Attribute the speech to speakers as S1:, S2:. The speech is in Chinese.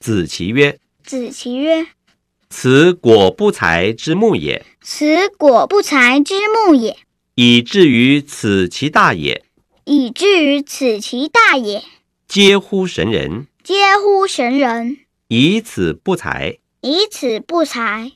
S1: 子其曰
S2: 子其曰：“
S1: 此果不才之木也，：“
S2: 此果不才之木也，
S1: 以至于此其大也，
S2: 以至于此其大也，
S1: 皆乎神人。
S2: 皆乎神人。
S1: 以此不才，
S2: 以此不才，